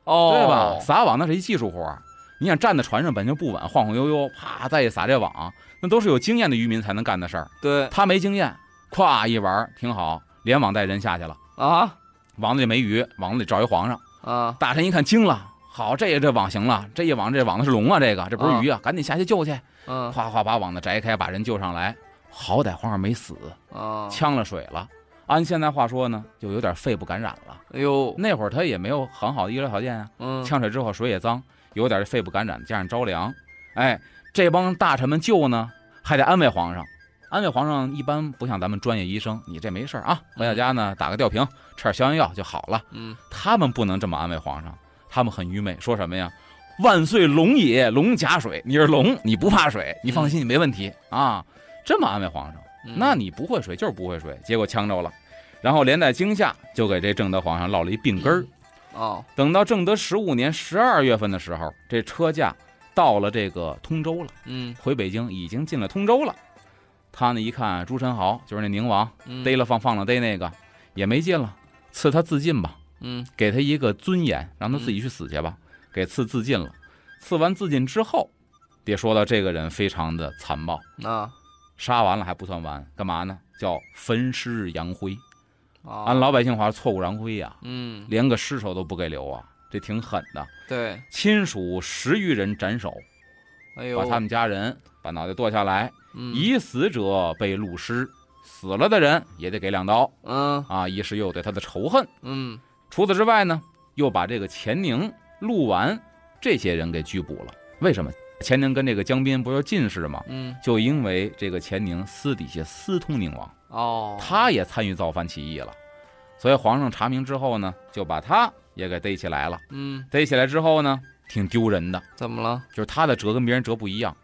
Speaker 1: 哦，
Speaker 2: 对吧？？撒网那是一技术活儿。你想站在船上本就不稳，晃晃悠悠，啪再一撒这网，那都是有经验的渔民才能干的事儿。
Speaker 1: 对
Speaker 2: 他没经验，咵一玩儿挺好，连网带人下去了，
Speaker 1: 啊
Speaker 2: 网子里没鱼，网子里找一皇上。
Speaker 1: 啊，
Speaker 2: 大臣一看惊了，好，这这网行了，这一网这网子是龙啊，这个这不是鱼啊，赶紧下去救去，
Speaker 1: 嗯
Speaker 2: 哗哗把网子摘开，把人救上来，好歹皇上没死，
Speaker 1: 啊，
Speaker 2: 呛了水了。按现在话说呢，就有点肺部感染了。
Speaker 1: 哎呦，
Speaker 2: 那会儿他也没有很好的医疗条件啊，
Speaker 1: 嗯
Speaker 2: 呛水之后水也脏，有点肺部感染，加上着凉，哎，这帮大臣们救呢，还得安慰皇上。安慰皇上一般不像咱们专业医生，你这没事儿啊，回到家呢打个吊瓶，吃点消炎药就好了。
Speaker 1: 嗯，
Speaker 2: 他们不能这么安慰皇上，他们很愚昧，说什么呀？万岁龙也，龙甲水，你是龙，你不怕水，你放心，你没问题啊。这么安慰皇上，
Speaker 1: 嗯
Speaker 2: 那你不会水就是不会水，结果呛着了，然后连带惊吓就给这正德皇上落了一病根儿。
Speaker 1: 哦，
Speaker 2: 等到正德十五年十二月份的时候，这车驾到了这个通州了，
Speaker 1: 嗯
Speaker 2: 回北京已经进了通州了。他呢一看朱宸濠就是那宁王，
Speaker 1: 嗯，
Speaker 2: 逮了放放了逮那个也没劲了，赐他自尽吧。
Speaker 1: 嗯
Speaker 2: 给他一个尊严，让他自己去死去吧，给赐自尽了。赐完自尽之后，别说了，这个人非常的残暴，
Speaker 1: 啊
Speaker 2: 杀完了还不算完，干嘛呢？叫焚尸扬灰。
Speaker 1: 啊，
Speaker 2: 按老百姓话，挫骨扬灰呀、
Speaker 1: 嗯
Speaker 2: 连个尸首都不给留啊，这挺狠的。
Speaker 1: 对，
Speaker 2: 亲属十余人斩首，
Speaker 1: 哎呦，
Speaker 2: 把他们家人把脑袋剁下来，
Speaker 1: 嗯
Speaker 2: 已死者被戮尸，死了的人也得给两刀
Speaker 1: 嗯
Speaker 2: 啊，以示又有对他的仇恨。
Speaker 1: 嗯
Speaker 2: 除此之外呢，又把这个钱宁、陆完这些人给拘捕了。为什么？钱宁跟这个江彬不是进士吗？
Speaker 1: 嗯
Speaker 2: 就因为这个钱宁私底下私通宁王，
Speaker 1: 哦，
Speaker 2: 他也参与造反起义了，所以皇上查明之后呢，就把他也给逮起来了。
Speaker 1: 嗯
Speaker 2: 逮起来之后呢，挺丢人的，
Speaker 1: 怎么了？
Speaker 2: 就是他的折跟别人折不一样，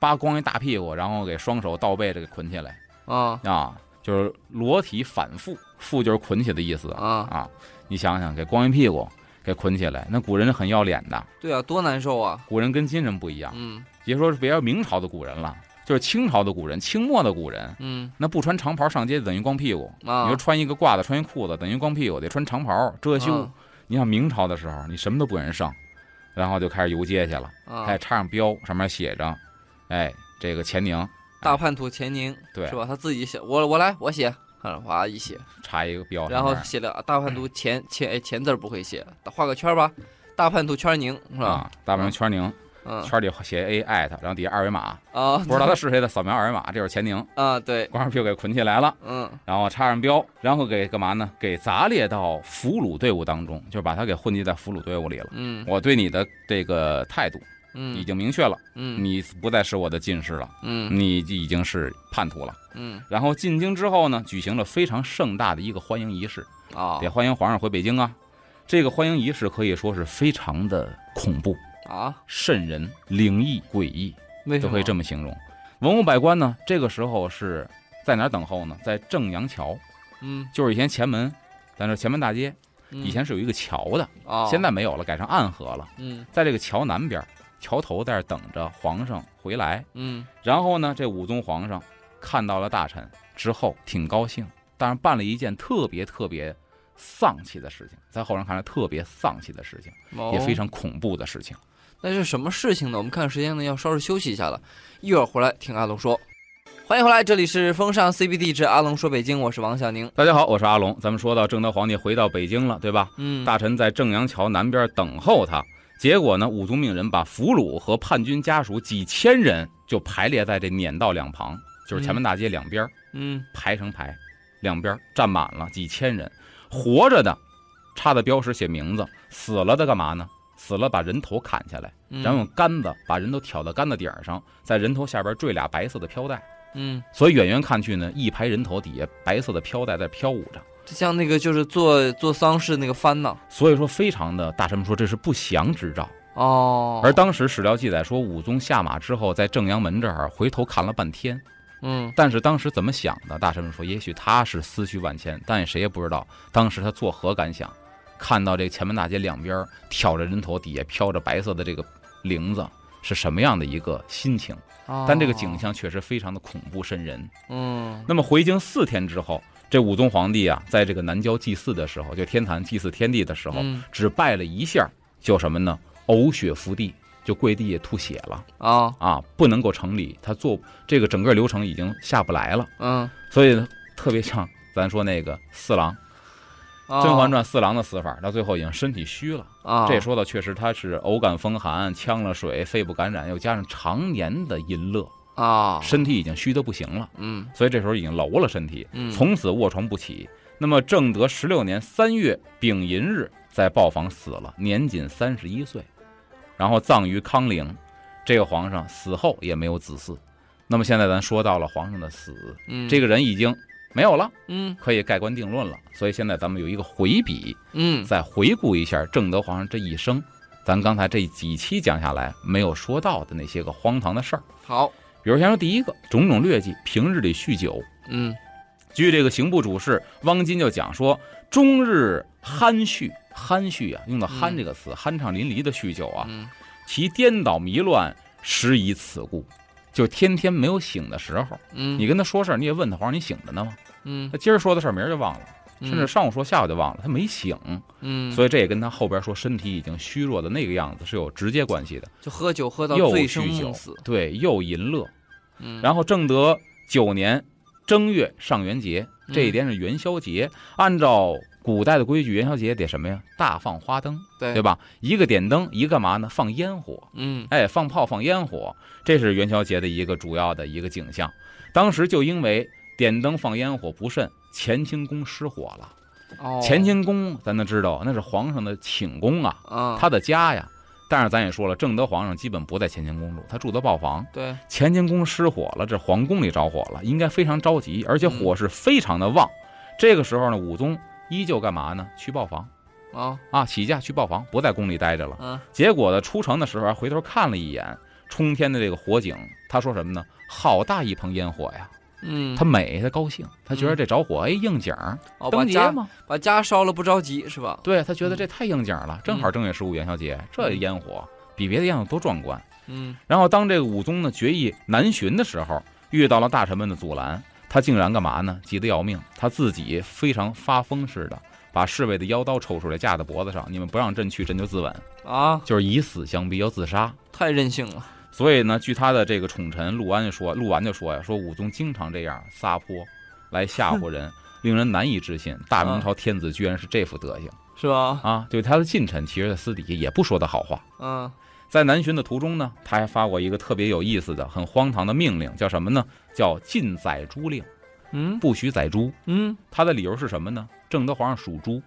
Speaker 2: 扒光一大屁股，然后给双手倒背着给捆起来
Speaker 1: 啊
Speaker 2: 啊，就是裸体反腹，腹就是捆起的意思啊。
Speaker 1: 啊，
Speaker 2: 啊，你想想，给光一屁股给捆起来，那古人很要脸的，
Speaker 1: 对啊，多难受啊，
Speaker 2: 古人跟今人不一样，
Speaker 1: 嗯
Speaker 2: 别说是别说明朝的古人了，就是清朝的古人、清末的古人，
Speaker 1: 嗯
Speaker 2: 那不穿长袍上街等于光屁股，你
Speaker 1: 啊
Speaker 2: 说，穿一个褂子、穿一裤子等于光屁股，得穿长袍遮羞。
Speaker 1: 啊
Speaker 2: 你像明朝的时候，你什么都不给人上，然后就开始游街去了，
Speaker 1: 啊
Speaker 2: 还插上标，上面写着，哎，这个乾宁
Speaker 1: 大叛徒钱宁
Speaker 2: 对
Speaker 1: 是吧？他自己写，我我来我写，嗯哇一写，
Speaker 2: 插一个标，
Speaker 1: 然
Speaker 2: 上
Speaker 1: 后
Speaker 2: 面
Speaker 1: 写了大叛徒钱钱哎钱字儿不会写，画个圈儿吧，大叛徒圈宁是吧？
Speaker 2: 啊，大本上圈宁，
Speaker 1: 嗯
Speaker 2: 啊圈里写 A 艾特，然后底下二维码，
Speaker 1: 啊，
Speaker 2: 不知道他是谁的，扫描二维码，这就是乾宁。
Speaker 1: 啊对，
Speaker 2: 光着屁股给捆起来了，
Speaker 1: 嗯
Speaker 2: 然后插上标，然后给干嘛呢？给杂列到俘虏队伍当中，就是把他给混迹在俘虏队伍里了。
Speaker 1: 嗯
Speaker 2: 我对你的这个态度已
Speaker 1: 嗯
Speaker 2: 经明确了，
Speaker 1: 嗯
Speaker 2: 你不再是我的进士了，
Speaker 1: 嗯
Speaker 2: 你已经是叛徒了。
Speaker 1: 嗯
Speaker 2: 然后进京之后呢，举行了非常盛大的一个欢迎仪式，
Speaker 1: 啊
Speaker 2: 得欢迎皇上回北京啊。这个欢迎仪式可以说是非常的恐怖、
Speaker 1: 啊，
Speaker 2: 瘆人、灵异、诡异，
Speaker 1: 为什
Speaker 2: 都
Speaker 1: 么
Speaker 2: 可以这么形容。文武百官呢，这个时候是在哪儿等候呢？在正阳桥。
Speaker 1: 嗯
Speaker 2: 就是以前前门，咱这前门大街
Speaker 1: 嗯
Speaker 2: 以前是有一个桥的，
Speaker 1: 啊
Speaker 2: 现在没有了，改成暗河了。
Speaker 1: 嗯
Speaker 2: 在这个桥南边，桥头在这儿等着皇上回来。
Speaker 1: 嗯
Speaker 2: 然后呢，这武宗皇上看到了大臣之后，挺高兴，但是办了一件特别特别丧气的事情，在后人看来特别丧气的事情，也
Speaker 1: 哦
Speaker 2: 非。常恐怖的事情。
Speaker 1: 那是什么事情呢？我们看时间呢，要稍事休息一下了，一会儿回来听阿龙说。欢迎回来，这里是风尚 CBD 之阿龙说北京，我是王小宁。
Speaker 2: 大家好，我是阿龙。咱们说到正德皇帝回到北京了，对吧？
Speaker 1: 嗯
Speaker 2: 大臣在正阳桥南边等候他。结果呢，武宗命人把俘虏和叛军家属几千人就排列在这撵道两旁，就是前门大街两边、
Speaker 1: 嗯
Speaker 2: 排成排，两边站满了几千人，活着的插的标识写名字，死了的干嘛呢？死了把人头砍下来，
Speaker 1: 嗯，
Speaker 2: 然后用杆子把人都挑到杆子顶上，在人头下边缀俩白色的飘带。
Speaker 1: 嗯，
Speaker 2: 所以远远看去呢，一排人头底下白色的飘带在飘舞着。
Speaker 1: 就像那个就是做做丧事那个幡呐。
Speaker 2: 所以说，非常的大臣们说这是不祥之兆。
Speaker 1: 哦，
Speaker 2: 而当时史料记载说，武宗下马之后，在正阳门这儿回头看了半天，
Speaker 1: 嗯
Speaker 2: 但是当时怎么想的？大臣们说，也许他是思绪万千，但谁也不知道当时他作何感想。看到这前门大街两边挑着人头，底下飘着白色的这个绫子，是什么样的一个心情？
Speaker 1: 哦
Speaker 2: 但这个景，象确实非常的恐怖瘆人。
Speaker 1: 嗯
Speaker 2: 那么回京四天之后，这武宗皇帝啊，在这个南郊祭祀的时候，就天坛祭祀天地的时候，
Speaker 1: 嗯
Speaker 2: 只拜了一下，就什么呢？呕血伏地，就跪地吐血了
Speaker 1: 啊，
Speaker 2: 啊，不能够成礼，他做这个整个流程已经下不来了，
Speaker 1: 嗯，
Speaker 2: 所以呢特别像咱说那个四郎《
Speaker 1: 《
Speaker 2: 甄嬛传》四郎的死法，到最后已经身体虚了。
Speaker 1: 哦啊，
Speaker 2: 这说的确实他是偶感风寒、呛了水、肺部感染，又加上常年的淫乐，
Speaker 1: 啊，
Speaker 2: 身体已经虚的不行了，
Speaker 1: 嗯
Speaker 2: 所以这时候已经楼了身体，
Speaker 1: 嗯，
Speaker 2: 从此卧床不起。那么正德十六年三月丙寅日，在豹房死了，年仅三十一岁，然后葬于康陵。这个皇上死后也没有子嗣。那么现在咱说到了皇上的死，
Speaker 1: 嗯
Speaker 2: 这个人已经没有了，
Speaker 1: 嗯
Speaker 2: 可以盖棺定论了。所以现在咱们有一个回笔，
Speaker 1: 嗯
Speaker 2: 再回顾一下正德皇上这一生。咱刚才这几期讲下来没有说到的那些个荒唐的事儿，
Speaker 1: 好，
Speaker 2: 比如先说第一个，种种劣迹，平日里酗酒，
Speaker 1: 嗯
Speaker 2: 据这个刑部主事汪金就讲说，终日酣酗，酣酗啊，用到“酣”这个词，酣畅淋漓的酗酒啊，
Speaker 1: 嗯
Speaker 2: 其颠倒迷乱，实以此故。就天天没有醒的时候，
Speaker 1: 嗯，
Speaker 2: 你跟他说事儿，你也问他皇上你醒着呢吗？
Speaker 1: 嗯
Speaker 2: 他今儿说的事儿，明儿就忘了，甚至
Speaker 1: 嗯
Speaker 2: 上午说，下午就忘了，他没醒，
Speaker 1: 嗯，
Speaker 2: 所以这也跟他后边说身体已经虚弱的那个样子是有直接关系的。
Speaker 1: 就喝酒喝到
Speaker 2: 又
Speaker 1: 醉生
Speaker 2: 酗酒
Speaker 1: 梦死，
Speaker 2: 对，又淫乐，
Speaker 1: 嗯，
Speaker 2: 然后正德九年正月上元节，
Speaker 1: 嗯
Speaker 2: 这一天是元宵节。按照古代的规矩，元宵节得什么呀？大放花灯，
Speaker 1: 对
Speaker 2: 对吧？一个点灯，一个干嘛呢？放烟火，
Speaker 1: 嗯
Speaker 2: 哎，放炮，放烟火，这是元宵节的一个主要的一个景象。当时就因为点灯放烟火不慎，乾清宫失火了。
Speaker 1: 哦，
Speaker 2: 乾清宫咱都知道，那是皇上的寝宫啊，
Speaker 1: 啊，
Speaker 2: 他的家呀。但是咱也说了，正德皇上基本不在乾清宫住，他住的豹房。
Speaker 1: 对，
Speaker 2: 乾清宫失火了，这皇宫里着火了，应该非常着急，而且
Speaker 1: 嗯
Speaker 2: 火势非常的旺。这个时候呢，武宗依旧干嘛呢？去豹房
Speaker 1: 啊
Speaker 2: 啊，起驾去豹房，不在宫里待着了。
Speaker 1: 嗯
Speaker 2: 结果呢，出城的时候还回头看了一眼冲天的这个火警，他说什么呢？好大一捧烟火呀！
Speaker 1: 嗯，
Speaker 2: 他美，他高兴，他觉得这着火，哎，应景儿，
Speaker 1: 哦把
Speaker 2: 灯节
Speaker 1: 家嗯
Speaker 2: 嘛。
Speaker 1: 把家烧了不着急是吧？
Speaker 2: 对他觉得这太应景儿了，
Speaker 1: 嗯
Speaker 2: 正好正月十五元宵节，这烟火比别的样子多壮观。
Speaker 1: 嗯
Speaker 2: 然后当这个武宗呢决议南巡的时候，遇到了大臣们的阻拦，他竟然干嘛呢？急得要命，他自己非常发疯似的，把侍卫的腰刀抽出来架在脖子上，你们不让朕去，朕就自刎，
Speaker 1: 啊，
Speaker 2: 就是以死相逼，要自杀。
Speaker 1: 太任性了，
Speaker 2: 所以呢，据他的这个宠臣陆安说，陆安就说呀，说武宗经常这样撒泼来吓唬人，令人难以置信。大明朝天子居然是这副德行
Speaker 1: 是吧？
Speaker 2: 啊！对他的近臣，其实在私底下也不说他好话。
Speaker 1: 嗯
Speaker 2: 在南巡的途中呢，他还发过一个特别有意思的、很荒唐的命令，叫什么呢？叫禁宰猪令，
Speaker 1: 嗯
Speaker 2: 不许宰猪。
Speaker 1: 嗯，
Speaker 2: 他的理由是什么呢？正德皇上属猪，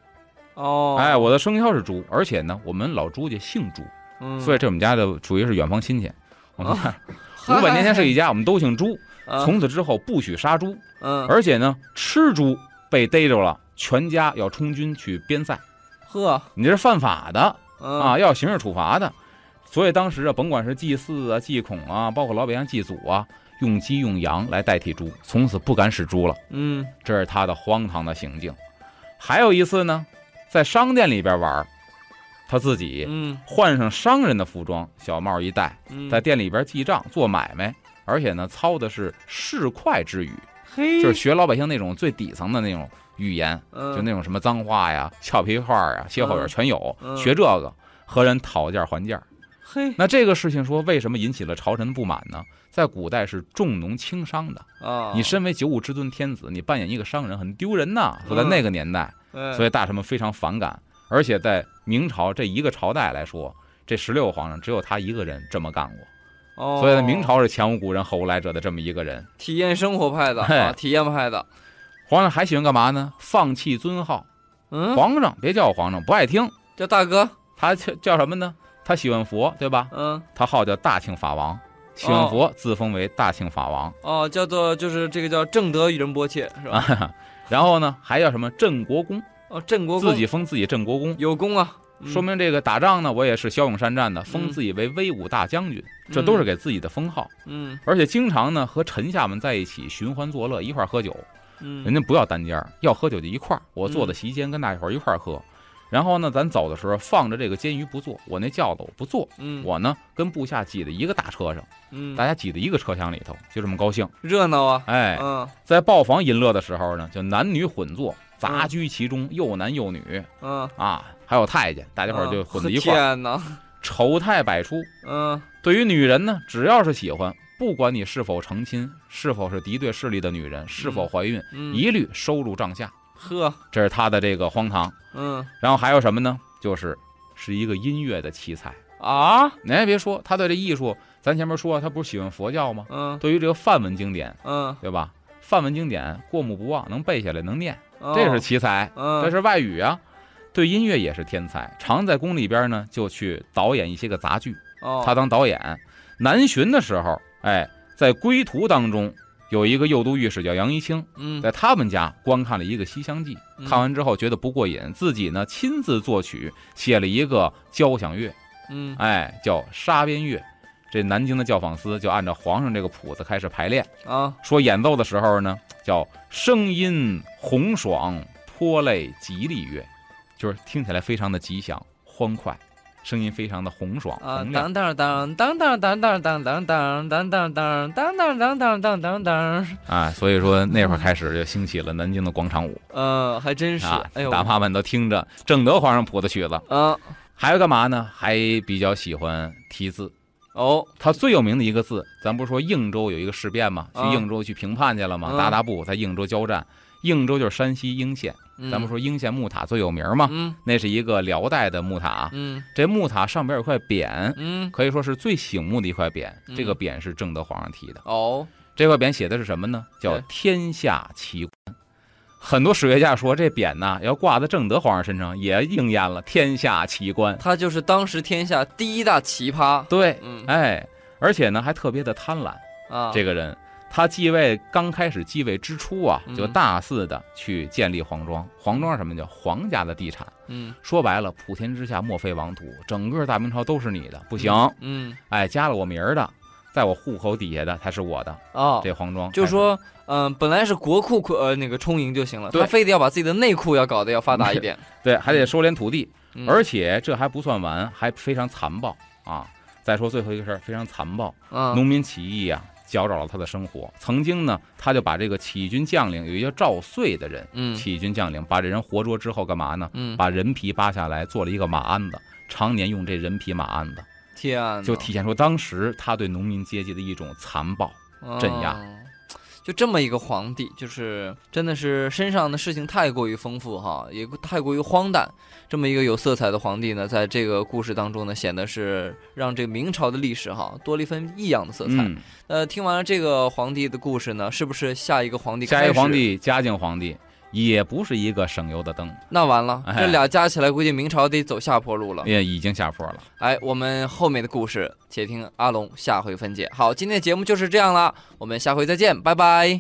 Speaker 1: 哦，
Speaker 2: 哎，我的生肖是猪，而且呢，我们老朱家姓朱，
Speaker 1: 嗯，哦
Speaker 2: 所以这我们家的属于是远房亲戚。我们家
Speaker 1: 嗨
Speaker 2: 五百年前是一 家，我们都姓朱。
Speaker 1: 啊
Speaker 2: 从此之后不许杀猪，
Speaker 1: 嗯
Speaker 2: 而且呢，吃猪被逮着了，全家要充军去边塞，
Speaker 1: 呵
Speaker 2: 你这是犯法的。
Speaker 1: 嗯
Speaker 2: 啊，要刑事处罚的。所以当时啊，甭管是祭祀啊、祭孔啊，包括老百姓祭祖啊，用鸡用羊来代替猪，从此不敢使猪了。
Speaker 1: 嗯
Speaker 2: 这是他的荒唐的行径。还有一次呢，在商店里边玩儿，他自己
Speaker 1: 嗯
Speaker 2: 换上商人的服装，小帽一戴，
Speaker 1: 嗯，
Speaker 2: 在店里边记账做买卖，而且呢，操的是市侩之语，
Speaker 1: 嘿
Speaker 2: 就是学老百姓那种最底层的那种语言。
Speaker 1: 就
Speaker 2: 就那种什么脏话呀、俏皮话呀、歇后语
Speaker 1: 嗯
Speaker 2: 儿全有
Speaker 1: 嗯，
Speaker 2: 学这个和人讨价还价。
Speaker 1: 嘿
Speaker 2: 那这个事情说为什么引起了朝臣的不满呢？在古代是重农轻商的，
Speaker 1: 啊，
Speaker 2: 你身为九五之尊天子，你扮演一个商人很丢人呐。说在
Speaker 1: 嗯
Speaker 2: 那个年代，
Speaker 1: 哎
Speaker 2: 所以大臣们非常反感，而且在明朝这一个朝代来说。这十六个皇上只有他一个人这么干过，
Speaker 1: 哦，
Speaker 2: 所以呢，明朝是前无古人后无来者的这么一个人。
Speaker 1: 体验生活派的啊，
Speaker 2: 嘿
Speaker 1: 体验派的，
Speaker 2: 皇上还喜欢干嘛呢？放弃尊号，
Speaker 1: 嗯，
Speaker 2: 皇上别叫我皇上，不爱听。
Speaker 1: 叫大哥，
Speaker 2: 他叫叫什么呢？他喜欢佛，对吧？
Speaker 1: 嗯，
Speaker 2: 他号叫大庆法王，喜欢佛，自封为大庆法王。
Speaker 1: 哦，叫做就是这个叫正德与仁波切是
Speaker 2: 啊
Speaker 1: 吧？
Speaker 2: 然后呢，还叫什么镇国公，
Speaker 1: 哦，镇国公
Speaker 2: 自己封自己镇国公，
Speaker 1: 有功啊，嗯
Speaker 2: 说明这个打仗呢，我也是骁勇善战的，
Speaker 1: 嗯
Speaker 2: 封自己为威武大将军，这都是给自己的封号。
Speaker 1: 嗯
Speaker 2: 而且经常呢和臣下们在一起寻欢作乐，一块儿喝酒。
Speaker 1: 嗯，
Speaker 2: 人家不要单间儿，要喝酒就一块儿，我坐在席间跟大伙儿一块儿喝。然后呢，咱走的时候放着这个煎鱼不坐，我那轿子我不坐，
Speaker 1: 嗯
Speaker 2: 我呢跟部下挤在一个大车上。
Speaker 1: 嗯
Speaker 2: 大家挤在一个车厢里头，就这么高兴。
Speaker 1: 热闹啊，
Speaker 2: 哎，
Speaker 1: 嗯
Speaker 2: 在豹房淫乐的时候呢，就男女混坐，杂居其中，又男又女
Speaker 1: 嗯，
Speaker 2: 啊，还有太监，大家伙儿就混在一块儿。
Speaker 1: 天哪，
Speaker 2: 丑态百出。
Speaker 1: 嗯
Speaker 2: 对于女人呢，只要是喜欢，不管你是否成亲，是否是敌对势力的女人，是否怀孕，
Speaker 1: 嗯，
Speaker 2: 一律收入帐下。
Speaker 1: 呵，
Speaker 2: 这是他的这个荒唐。
Speaker 1: 嗯
Speaker 2: 然后还有什么呢？就是是一个音乐的奇才。
Speaker 1: 啊，
Speaker 2: 你还别说，他对这艺术，咱前面说他不是喜欢佛教吗？
Speaker 1: 嗯
Speaker 2: 对于这个梵文经典，
Speaker 1: 嗯，
Speaker 2: 对吧？梵文经典过目不忘，能背下来，能念，
Speaker 1: 哦
Speaker 2: 这是奇才。这
Speaker 1: 嗯
Speaker 2: 是外语啊，对音乐也是天才。常在宫里边呢，就去导演一些个杂剧，
Speaker 1: 哦，
Speaker 2: 他当导演。南巡的时候，哎，在归途当中有一个右都御史叫杨一清，
Speaker 1: 嗯
Speaker 2: 在他们家观看了一个《西厢记》，
Speaker 1: 嗯
Speaker 2: 看完之后觉得不过瘾，自己呢亲自作曲，写了一个交响乐，
Speaker 1: 嗯
Speaker 2: 哎，叫《沙边乐》。这南京的教坊司就按照皇上这个谱子开始排练，
Speaker 1: 啊
Speaker 2: 说演奏的时候呢，叫声音洪爽，颇类吉利乐，就是听起来非常的吉祥欢快，声音非常的洪爽
Speaker 1: 啊，
Speaker 2: 洪亮。
Speaker 1: 当当当当当当当当当当当当当当当当当当当当，
Speaker 2: 啊，所以说那会儿开始就兴起了南京的广场舞
Speaker 1: 嗯，还真是
Speaker 2: 啊，，
Speaker 1: 哎呦，
Speaker 2: 大妈们都听着正德皇上谱的曲子。
Speaker 1: 啊
Speaker 2: 还有干嘛呢？还比较喜欢题字。
Speaker 1: 哦，
Speaker 2: 他最有名的一个字，咱不是说应州有一个事变吗？去
Speaker 1: 啊
Speaker 2: 应州去评判去了吗？
Speaker 1: 嗯
Speaker 2: 鞑靼部在应州交战，应州就是山西应县。咱们
Speaker 1: 说
Speaker 2: 说应县木塔最有名嘛，
Speaker 1: 嗯
Speaker 2: 那是一个辽代的木塔。啊
Speaker 1: 嗯
Speaker 2: 这木塔上边有块匾，
Speaker 1: 嗯
Speaker 2: 可以说是最醒目的一块匾
Speaker 1: 嗯。
Speaker 2: 这个匾是正德皇上题的。
Speaker 1: 哦，
Speaker 2: 这块匾写的是什么呢？叫
Speaker 1: 对
Speaker 2: “天下奇观”。很多史学家说，这匾呢要挂在正德皇上身上，也应验了“天下奇观
Speaker 1: 他就是当时天下第一大奇葩”。，
Speaker 2: 对，
Speaker 1: 嗯
Speaker 2: 哎，而且呢还特别的贪婪。
Speaker 1: 啊，
Speaker 2: 这个人，他继位刚开始继位之初啊，就
Speaker 1: 嗯
Speaker 2: 大肆的去建立皇庄。皇庄是什么叫皇家的地产？
Speaker 1: 嗯
Speaker 2: 说白了，普天之下莫非王土，整个大明朝都是你的，不行，
Speaker 1: 嗯
Speaker 2: 哎，加了我名儿的，在我户口底下的才是我的，
Speaker 1: 哦，
Speaker 2: 这皇庄哎
Speaker 1: 就
Speaker 2: 才是
Speaker 1: 说，嗯、本来是国库库呃那个充盈就行了，
Speaker 2: 对
Speaker 1: 他非得要把自己的内库要搞得要发达一点，
Speaker 2: 对，还得收敛土地，
Speaker 1: 嗯
Speaker 2: 而且这还不算完，还非常残暴啊！再说最后一个事儿，非常残暴，
Speaker 1: 嗯
Speaker 2: 农民起义啊，搅扰了他的生活。曾经呢，他就把这个起义军将领，有一个叫赵遂的人，
Speaker 1: 嗯
Speaker 2: 起义军将领把这人活捉之后干嘛呢？
Speaker 1: 嗯，
Speaker 2: 把人皮扒下来，做了一个马鞍子，常年用这人皮马鞍子，
Speaker 1: 天哪，
Speaker 2: 就体现出当时他对农民阶级的一种残暴。镇压
Speaker 1: 哦就这么一个皇帝，就是真的是身上的事情太过于丰富哈，也太过于荒诞。这么一个有色彩的皇帝呢，在这个故事当中呢，显得是让这个明朝的历史哈多了一份异样的色彩。
Speaker 2: 嗯，
Speaker 1: 呃，听完了这个皇帝的故事呢，是不是下一个皇帝？
Speaker 2: 下一个皇，帝嘉靖皇帝也不是一个省油的灯，
Speaker 1: 那完了，
Speaker 2: 哎
Speaker 1: 这俩加起来估计明朝得走下坡路了。
Speaker 2: 也已经下坡了。
Speaker 1: 哎，我们后面的故事且听阿龙下回分解。好，今天的节目就是这样啦，我们下回再见，拜拜。